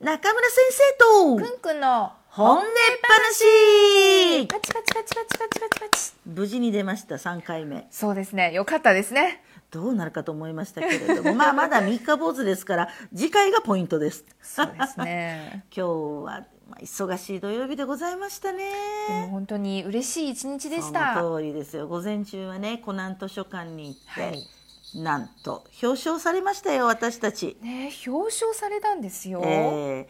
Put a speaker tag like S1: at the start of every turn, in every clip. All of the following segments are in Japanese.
S1: 中村先生
S2: く
S1: と、
S2: んくんの
S1: 本音っぱなし
S2: パチパチパチパチパチパチパチ
S1: 無事に出ました、3回目。
S2: そうですねよかったですね
S1: どうなるかと思いましたけれど も、まあ、まだ三日坊主ですから、次回がポイントです。
S2: そうですね
S1: 今日は、まあ、忙しい土曜日でございましたね。
S2: でも本当に嬉しい一日でした
S1: その通りですよ。午前中はね、コナン図書館に行って、
S2: はい
S1: なんと表彰されましたよ、私たち。
S2: ね表彰されたんですよ、
S1: えー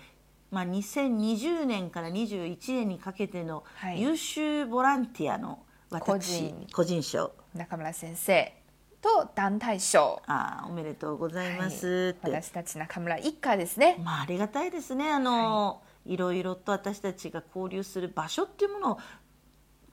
S1: まあ、2020年から21年にかけての
S2: はい
S1: 優秀ボランティアの
S2: 個
S1: 私、
S2: 人
S1: 個人賞
S2: 中村先生と団体賞
S1: あーおめでとうございます、って、
S2: はい私たち中村一家ですね
S1: まあ、ありがたいですねあの、い、ろいろと私たちが交流する場所っていうものを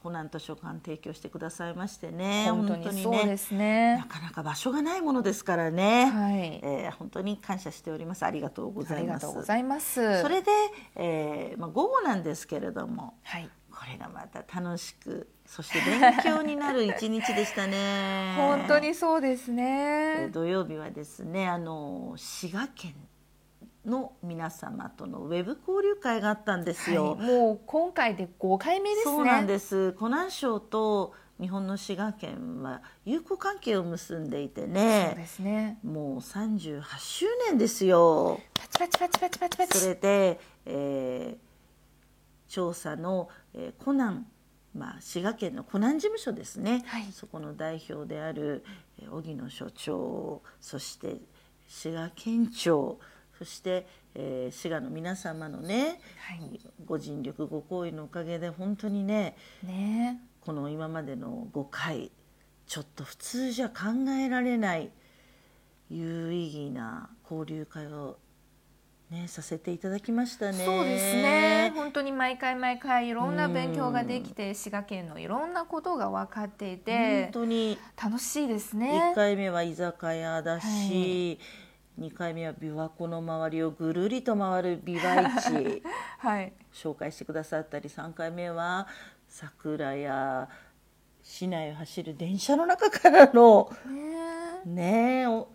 S1: コナン図書館提供してくださいましてね
S2: 本当にそう
S1: ね
S2: ですね
S1: なかなか場所がないものですからね、
S2: はい
S1: えー本当に感謝しておりますありがとうご
S2: あ
S1: ざい
S2: りが
S1: ます
S2: とうございます
S1: それで、えーまあ、午後なんですけれども
S2: はい
S1: これがまた楽しくそして勉強になる一日でしたね
S2: 本当にそうです
S1: えー
S2: ね
S1: 土曜日はですねあの滋賀県の皆様とのウェブ交流会があったんです
S2: はい
S1: よ、
S2: もう今回で5回目ですね
S1: そうなんです湖南省と日本の滋賀県は友好関係を結んでいて
S2: そう
S1: ね
S2: ですね
S1: もう38周年ですよ
S2: パチパチパチパチパチパチ
S1: それで、えー調査の、えー、コナン、まあ、滋賀県のコナン事務所ですね、
S2: はい
S1: そこの代表であるえー荻野所長そして滋賀県庁そして、えー滋賀の皆様のね
S2: はい
S1: ご尽力ご厚意のおかげで本当にね
S2: ね
S1: この今までの5回ちょっと普通じゃ考えられない有意義な交流会を、ね、させていただきましたね。
S2: そうですね本当に毎回毎回いろんな勉強ができて滋賀県のいろんなことが分かってい
S1: 本
S2: て
S1: 当に
S2: 楽しいです
S1: 1
S2: ね
S1: 回目は居酒屋だし、2回目は琵琶湖の周りをぐるりと回る琵琶 市
S2: はい
S1: 紹介してくださったり3回目は桜や市内を走る電車の中からの
S2: ね
S1: ねえお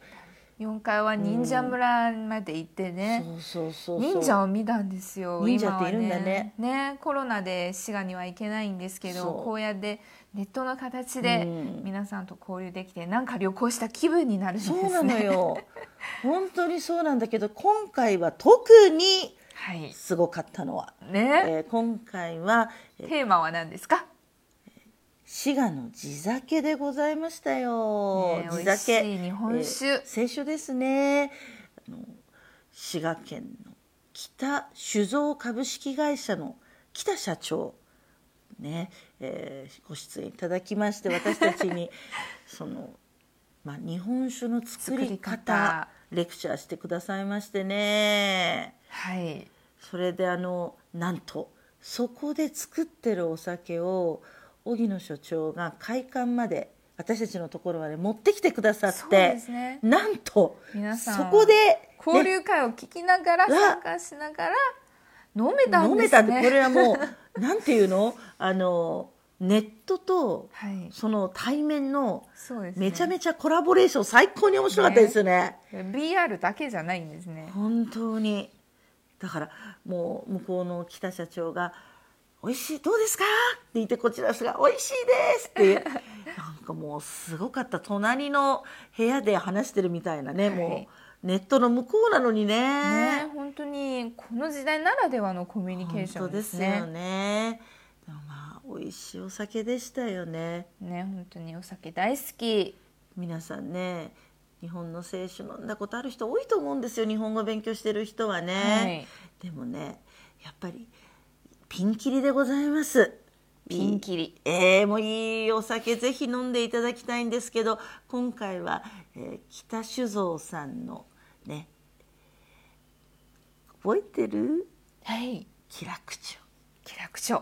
S2: 4階は忍者村まで行ってね
S1: そうそうそうそう
S2: 忍者を見たんですよ
S1: 忍者っているんだね
S2: 今はねねコロナで滋賀には行けないんですけど
S1: そう
S2: こうやってネットの形で
S1: うん
S2: 皆さんと交流できて、なんか旅行した気分になるんです
S1: そ
S2: ね
S1: うなのよ。本当にそうなんだけど今回は特に
S2: はい
S1: すごかったのは、
S2: ね、
S1: えー今回はえー
S2: テーマは何ですか
S1: 滋賀の地酒でございましたよ。
S2: ねえ
S1: 地酒
S2: 美味しい日本酒
S1: えー清酒ですね。あの滋賀県の北酒造株式会社の北社長ね、えーご出演いただきまして私たち にそのまあ日本酒の作り
S2: 作り
S1: 方
S2: 方
S1: レクチャーしてくださいましてね。
S2: はい
S1: それであのなんとそこで作ってるお酒を荻野所長が会館まで私たちのところまで持ってきてくださ
S2: そ
S1: っ
S2: う
S1: て、
S2: ですね
S1: なんと
S2: 皆さ
S1: そ
S2: ん
S1: こで、
S2: 交
S1: ね
S2: 流会を聞きながら
S1: ね
S2: 参加しながら飲めた
S1: 飲
S2: ん
S1: め
S2: で
S1: た
S2: す
S1: って
S2: ね
S1: これはもうなんていうのあのネットと
S2: はい
S1: その対面の
S2: そうですね
S1: めちゃめちゃコラボレーション最高に面白かったですね
S2: BR だけじゃないんですね
S1: 本当にだからもう向こうの北社長が「美味しいどうですか?」って言ってこちらの人が「美味しいです」って いうなんかもうすごかった隣の部屋で話してるみたいなね、
S2: はい
S1: もうネットの向こうなのにね
S2: ね本当にこの時代ならではのコミュニケー
S1: 本
S2: ショ
S1: 当
S2: ンで
S1: ですす
S2: ね
S1: よねでもまあ美味しいお酒でしたよね
S2: ね本当にお酒大好き
S1: 皆さんね日本の清酒飲んだことある人多いと思うんですよ日本語勉強してる人はね、でもねやっぱりピンキリでございます
S2: ピンキリ
S1: えーもういいお酒ぜひ飲んでいただきたいんですけど今回は、えー北酒造さんのね覚えてる
S2: はい
S1: 気楽町
S2: 気楽町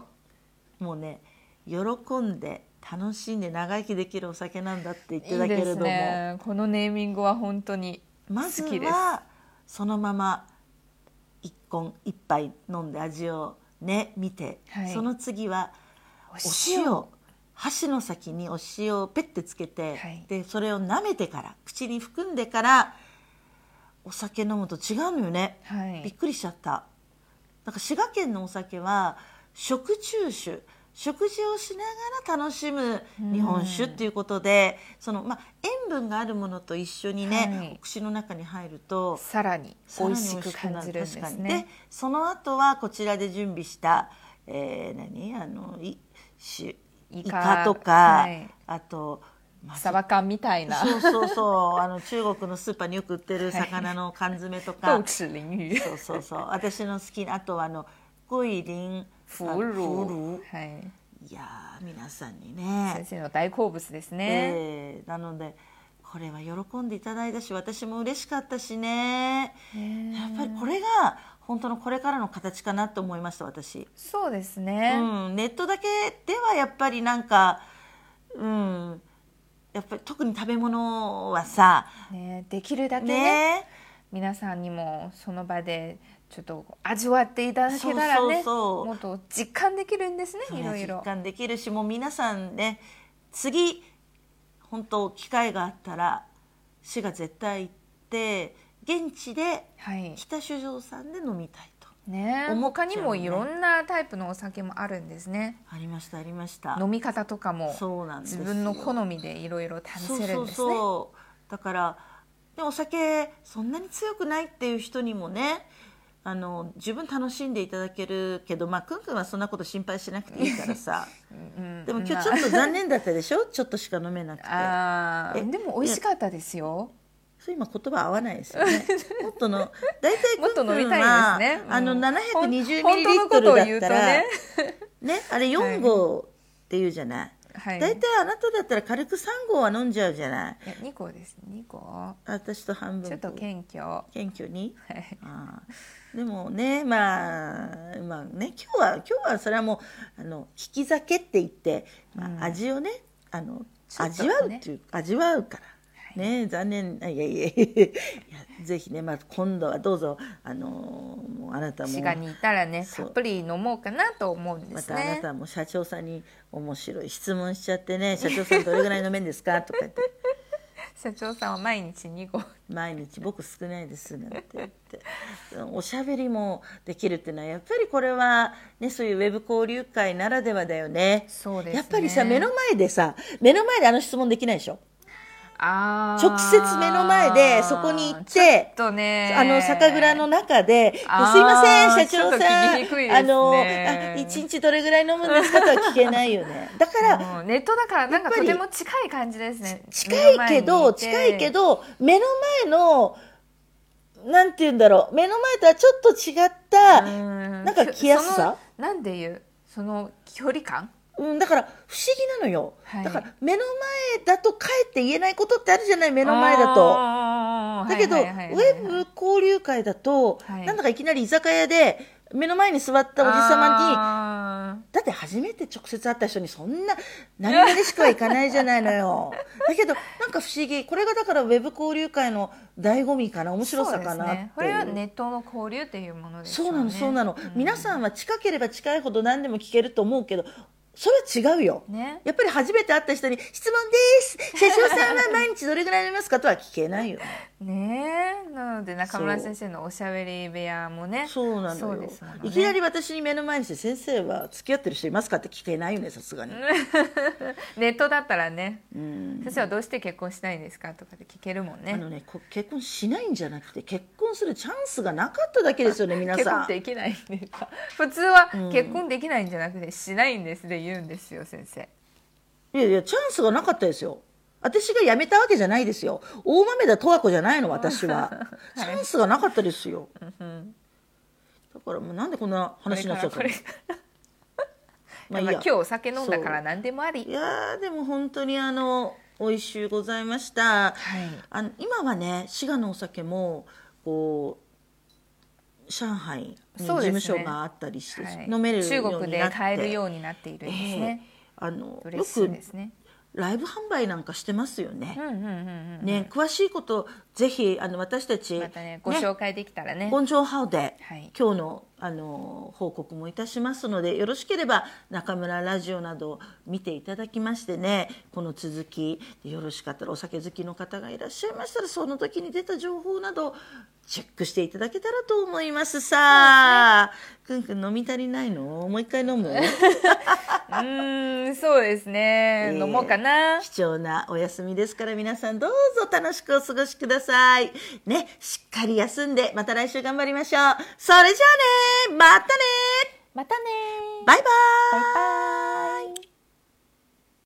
S1: もうね喜んで楽しんで長生きできるお酒なんだって言って
S2: い
S1: た
S2: い
S1: けれ
S2: で
S1: ど
S2: す
S1: も。
S2: ねこのネーミングは本当に
S1: まず
S2: 好きです
S1: はそのまま一本一杯飲んで味をね見て、
S2: はい
S1: その次は
S2: お
S1: お塩箸の先にお塩をペッてつけて、
S2: はい
S1: でそれを舐めてから口に含んでからお酒飲むと違うのよね、
S2: は
S1: びっ
S2: い
S1: くりしちゃったなんか滋賀県のお酒は食中酒食事をしながら楽しむ日本酒っていうことで、そのまあ塩分があるものと一緒にね、
S2: はい
S1: お口の中に入ると
S2: さらに
S1: さ
S2: 美
S1: らに
S2: 味しく感じるんです
S1: 美味しくなる確かに
S2: ね
S1: で。その後はこちらで準備した、えー、何あのいし
S2: イ
S1: イ
S2: カ
S1: カとか、
S2: はい
S1: あと、まあ
S2: サバ缶みたいな。
S1: そうそうそうあの中国のスーパーによく売ってる魚の缶詰とか、
S2: 豆豉鲮鱼。
S1: そうそう そう私の好きなあとはあの桂林
S2: 腐
S1: あ
S2: 乳。
S1: の腐
S2: はい。
S1: 乳いやー皆さんに
S2: 先
S1: ね、
S2: 生の大好物ですね。
S1: えーなのでこれは喜んでいただいたし私も嬉しかったしね
S2: ね
S1: やっぱりこれが本当のこれからの形かなと思いました私、
S2: そうです
S1: う
S2: ね。
S1: ん、ネットだけではやっぱりなんかうんやっぱり特に食べ物はさ
S2: ね、できるだけね
S1: ね
S2: 皆さんにもその場でちょっと味わっていただけたらね
S1: そうそうそう
S2: もっと実感できるんですねいろいろ
S1: 実。感できるしもう皆さんね次本当機会があったら市が絶対行って現地で
S2: はい。
S1: 北酒造さんで飲みたいと
S2: ね、
S1: 思っちゃ
S2: 他
S1: うね
S2: にもいろんなタイプのお酒もあるんですね。
S1: ありましたありました
S2: 飲み方とかも
S1: そうなんです
S2: 自
S1: よ
S2: 分の好みでいろいろ試せるんです
S1: そうそう
S2: ね。
S1: そうだからでお酒そんなに強くないっていう人にもねあの十分楽しんでいただけるけどまあくんくんはそんなこと心配しなくていいから さ
S2: うん
S1: でも今
S2: ま
S1: 日ち
S2: あ
S1: ょっと残念だったでしょちょっとしか飲めなくて
S2: あー
S1: え
S2: でも美味しかったですよ。
S1: そう今言葉合わないです よね。もっとの大体
S2: もっ
S1: クンク
S2: と
S1: ンは
S2: 飲みたいですね。
S1: あの720ミリリ
S2: 本当
S1: ッ
S2: のこ
S1: トル
S2: とを
S1: だ
S2: 言
S1: っ
S2: うと
S1: たら
S2: ね
S1: ね。あれ4号っていうじゃない。
S2: はい。
S1: 大体あなただったら軽く3号は飲んじゃうじゃない。
S2: いや二個です。二個。
S1: 私と半分
S2: ちょっと謙虚。は
S1: 謙虚に。
S2: い。
S1: あーでもねまあまあね今日は今日はそれはもうあの引き酒って言って、まあ
S2: うん
S1: 味をねあの
S2: ちょっ
S1: 味
S2: とね
S1: わうっていう味わうから。
S2: はい
S1: ね残念あいやいやいやいやぜひね、まあ、今度はどうぞあのもうあなたも
S2: 滋賀にいたらね
S1: そ
S2: た
S1: う
S2: っぷり飲もうかなと思うんで
S1: ますたあな
S2: ね。
S1: たも社長さんに面白い質問しちゃってね「社長さんどれぐらい飲めんですか?」とか言って
S2: 社長さんは毎日二個。
S1: 「毎日僕少ないです」なんて言って おしゃべりもできるっていうのはやっぱりこれは、ね、そういうウェブ交流会ならではだよね。
S2: そうですね。
S1: やっぱりさ目の前でさ目の前であの質問できないでしょ
S2: あー
S1: 直接目の前でそこに行って
S2: ちょっとね
S1: あの酒蔵の中で、すい
S2: あー
S1: ません、社長さん、
S2: ちょっと聞きにくいですね
S1: あの、あ一日どれぐらい飲むんですかとは聞けないよ ね。だから、
S2: うんネットだからなんかと
S1: やっぱ
S2: て
S1: り
S2: も近い感じですね
S1: 近いけど、近いけど、目の前の、なんて言うんだろう、目の前とはちょっと違った、
S2: な
S1: なんか来やすさ
S2: なんでいうその距離感
S1: うん、だから不思議なのよ。
S2: はい
S1: だから、目の前だとかえって言えないことってあるじゃない、目
S2: 目
S1: の前だと。だ
S2: だ
S1: けど、ウェブ交流会だと、
S2: はい
S1: なんだかいきなり居酒屋で、目の前に座ったおじさまに、
S2: ま
S1: だって初めて直接会った人にそんな何々しかはいかないじゃないのよ だけどなんか不思議これがだからウェブ交流会の醍醐味かな面白さかなっていう
S2: これはネットの交流っていうものです
S1: そうなのそうなの、皆
S2: ん
S1: さんは近ければ近いほど何でも聞けると思うけどそれは違うよ
S2: ね
S1: やっぱり初めて会った人に「質問です社長さんは毎日どれぐらい飲みますか?」とは聞けないよね
S2: ねえなので中村先生のおしゃべり部屋もね
S1: そうな
S2: そ
S1: の
S2: う
S1: よ、
S2: ですもんね
S1: いきなり私に目の前にして「先生は付き合ってる人いますか?」って聞けないよねさすがに、
S2: ネットだったらね
S1: うん、
S2: 先生はどうして結婚したいんですかとかで聞けるもん
S1: あ
S2: ね
S1: のね、こ結婚しないんじゃなくて結婚するチャンスがなかっただけですよ ね皆さ
S2: 結婚
S1: ん。
S2: できないんですか普通は結婚できないんじゃなくてしないんですで言うんですよ先生
S1: いやいやチャンスがなかったですよ。私が辞めたわけじゃないですよ。大豆田十和子じゃないの私 は。チャンスがなかったですよ。だからもうなんでこんな
S2: これ
S1: 話に
S2: か
S1: なっちゃ
S2: ら
S1: っ
S2: こ
S1: た
S2: れ
S1: の
S2: か。
S1: まあ
S2: ら
S1: いい
S2: ま
S1: や
S2: あ今日お酒飲んだから
S1: そう
S2: 何でもあり
S1: いやーでも本当にあの美味しゅうございました。
S2: はい
S1: あの今はね滋賀のお酒もこう上海に事
S2: そうです
S1: 務
S2: ね
S1: 所があったりして、
S2: はい
S1: 飲めるようにな
S2: 中
S1: って
S2: 国で買えるようになっているんですね
S1: ええあのよ
S2: 嬉しい
S1: く
S2: ですね
S1: ライブ販売なんかしてますよね。
S2: うんうんうんうん。
S1: ね、詳しいことぜひあの私たち、
S2: またねご紹介できたらね。
S1: 根性ハウで
S2: はい。
S1: 今日のあの報告もいたしますのでよろしければ中村ラジオなどを見ていただきましてねこの続きよろしかったらお酒好きの方がいらっしゃいましたらその時に出た情報などチェックしていただけたらと思いますさあくんくん飲み足りないのもう一回飲 む
S2: うーんそうですね。
S1: えー
S2: 飲もうかな。
S1: 貴重なお休みですから皆さんどうぞ楽しくお過ごしくださいねしっかり休んでまた来週頑張りましょうそれじゃあねまたね
S2: またね。
S1: バイバイ
S2: バイバイ。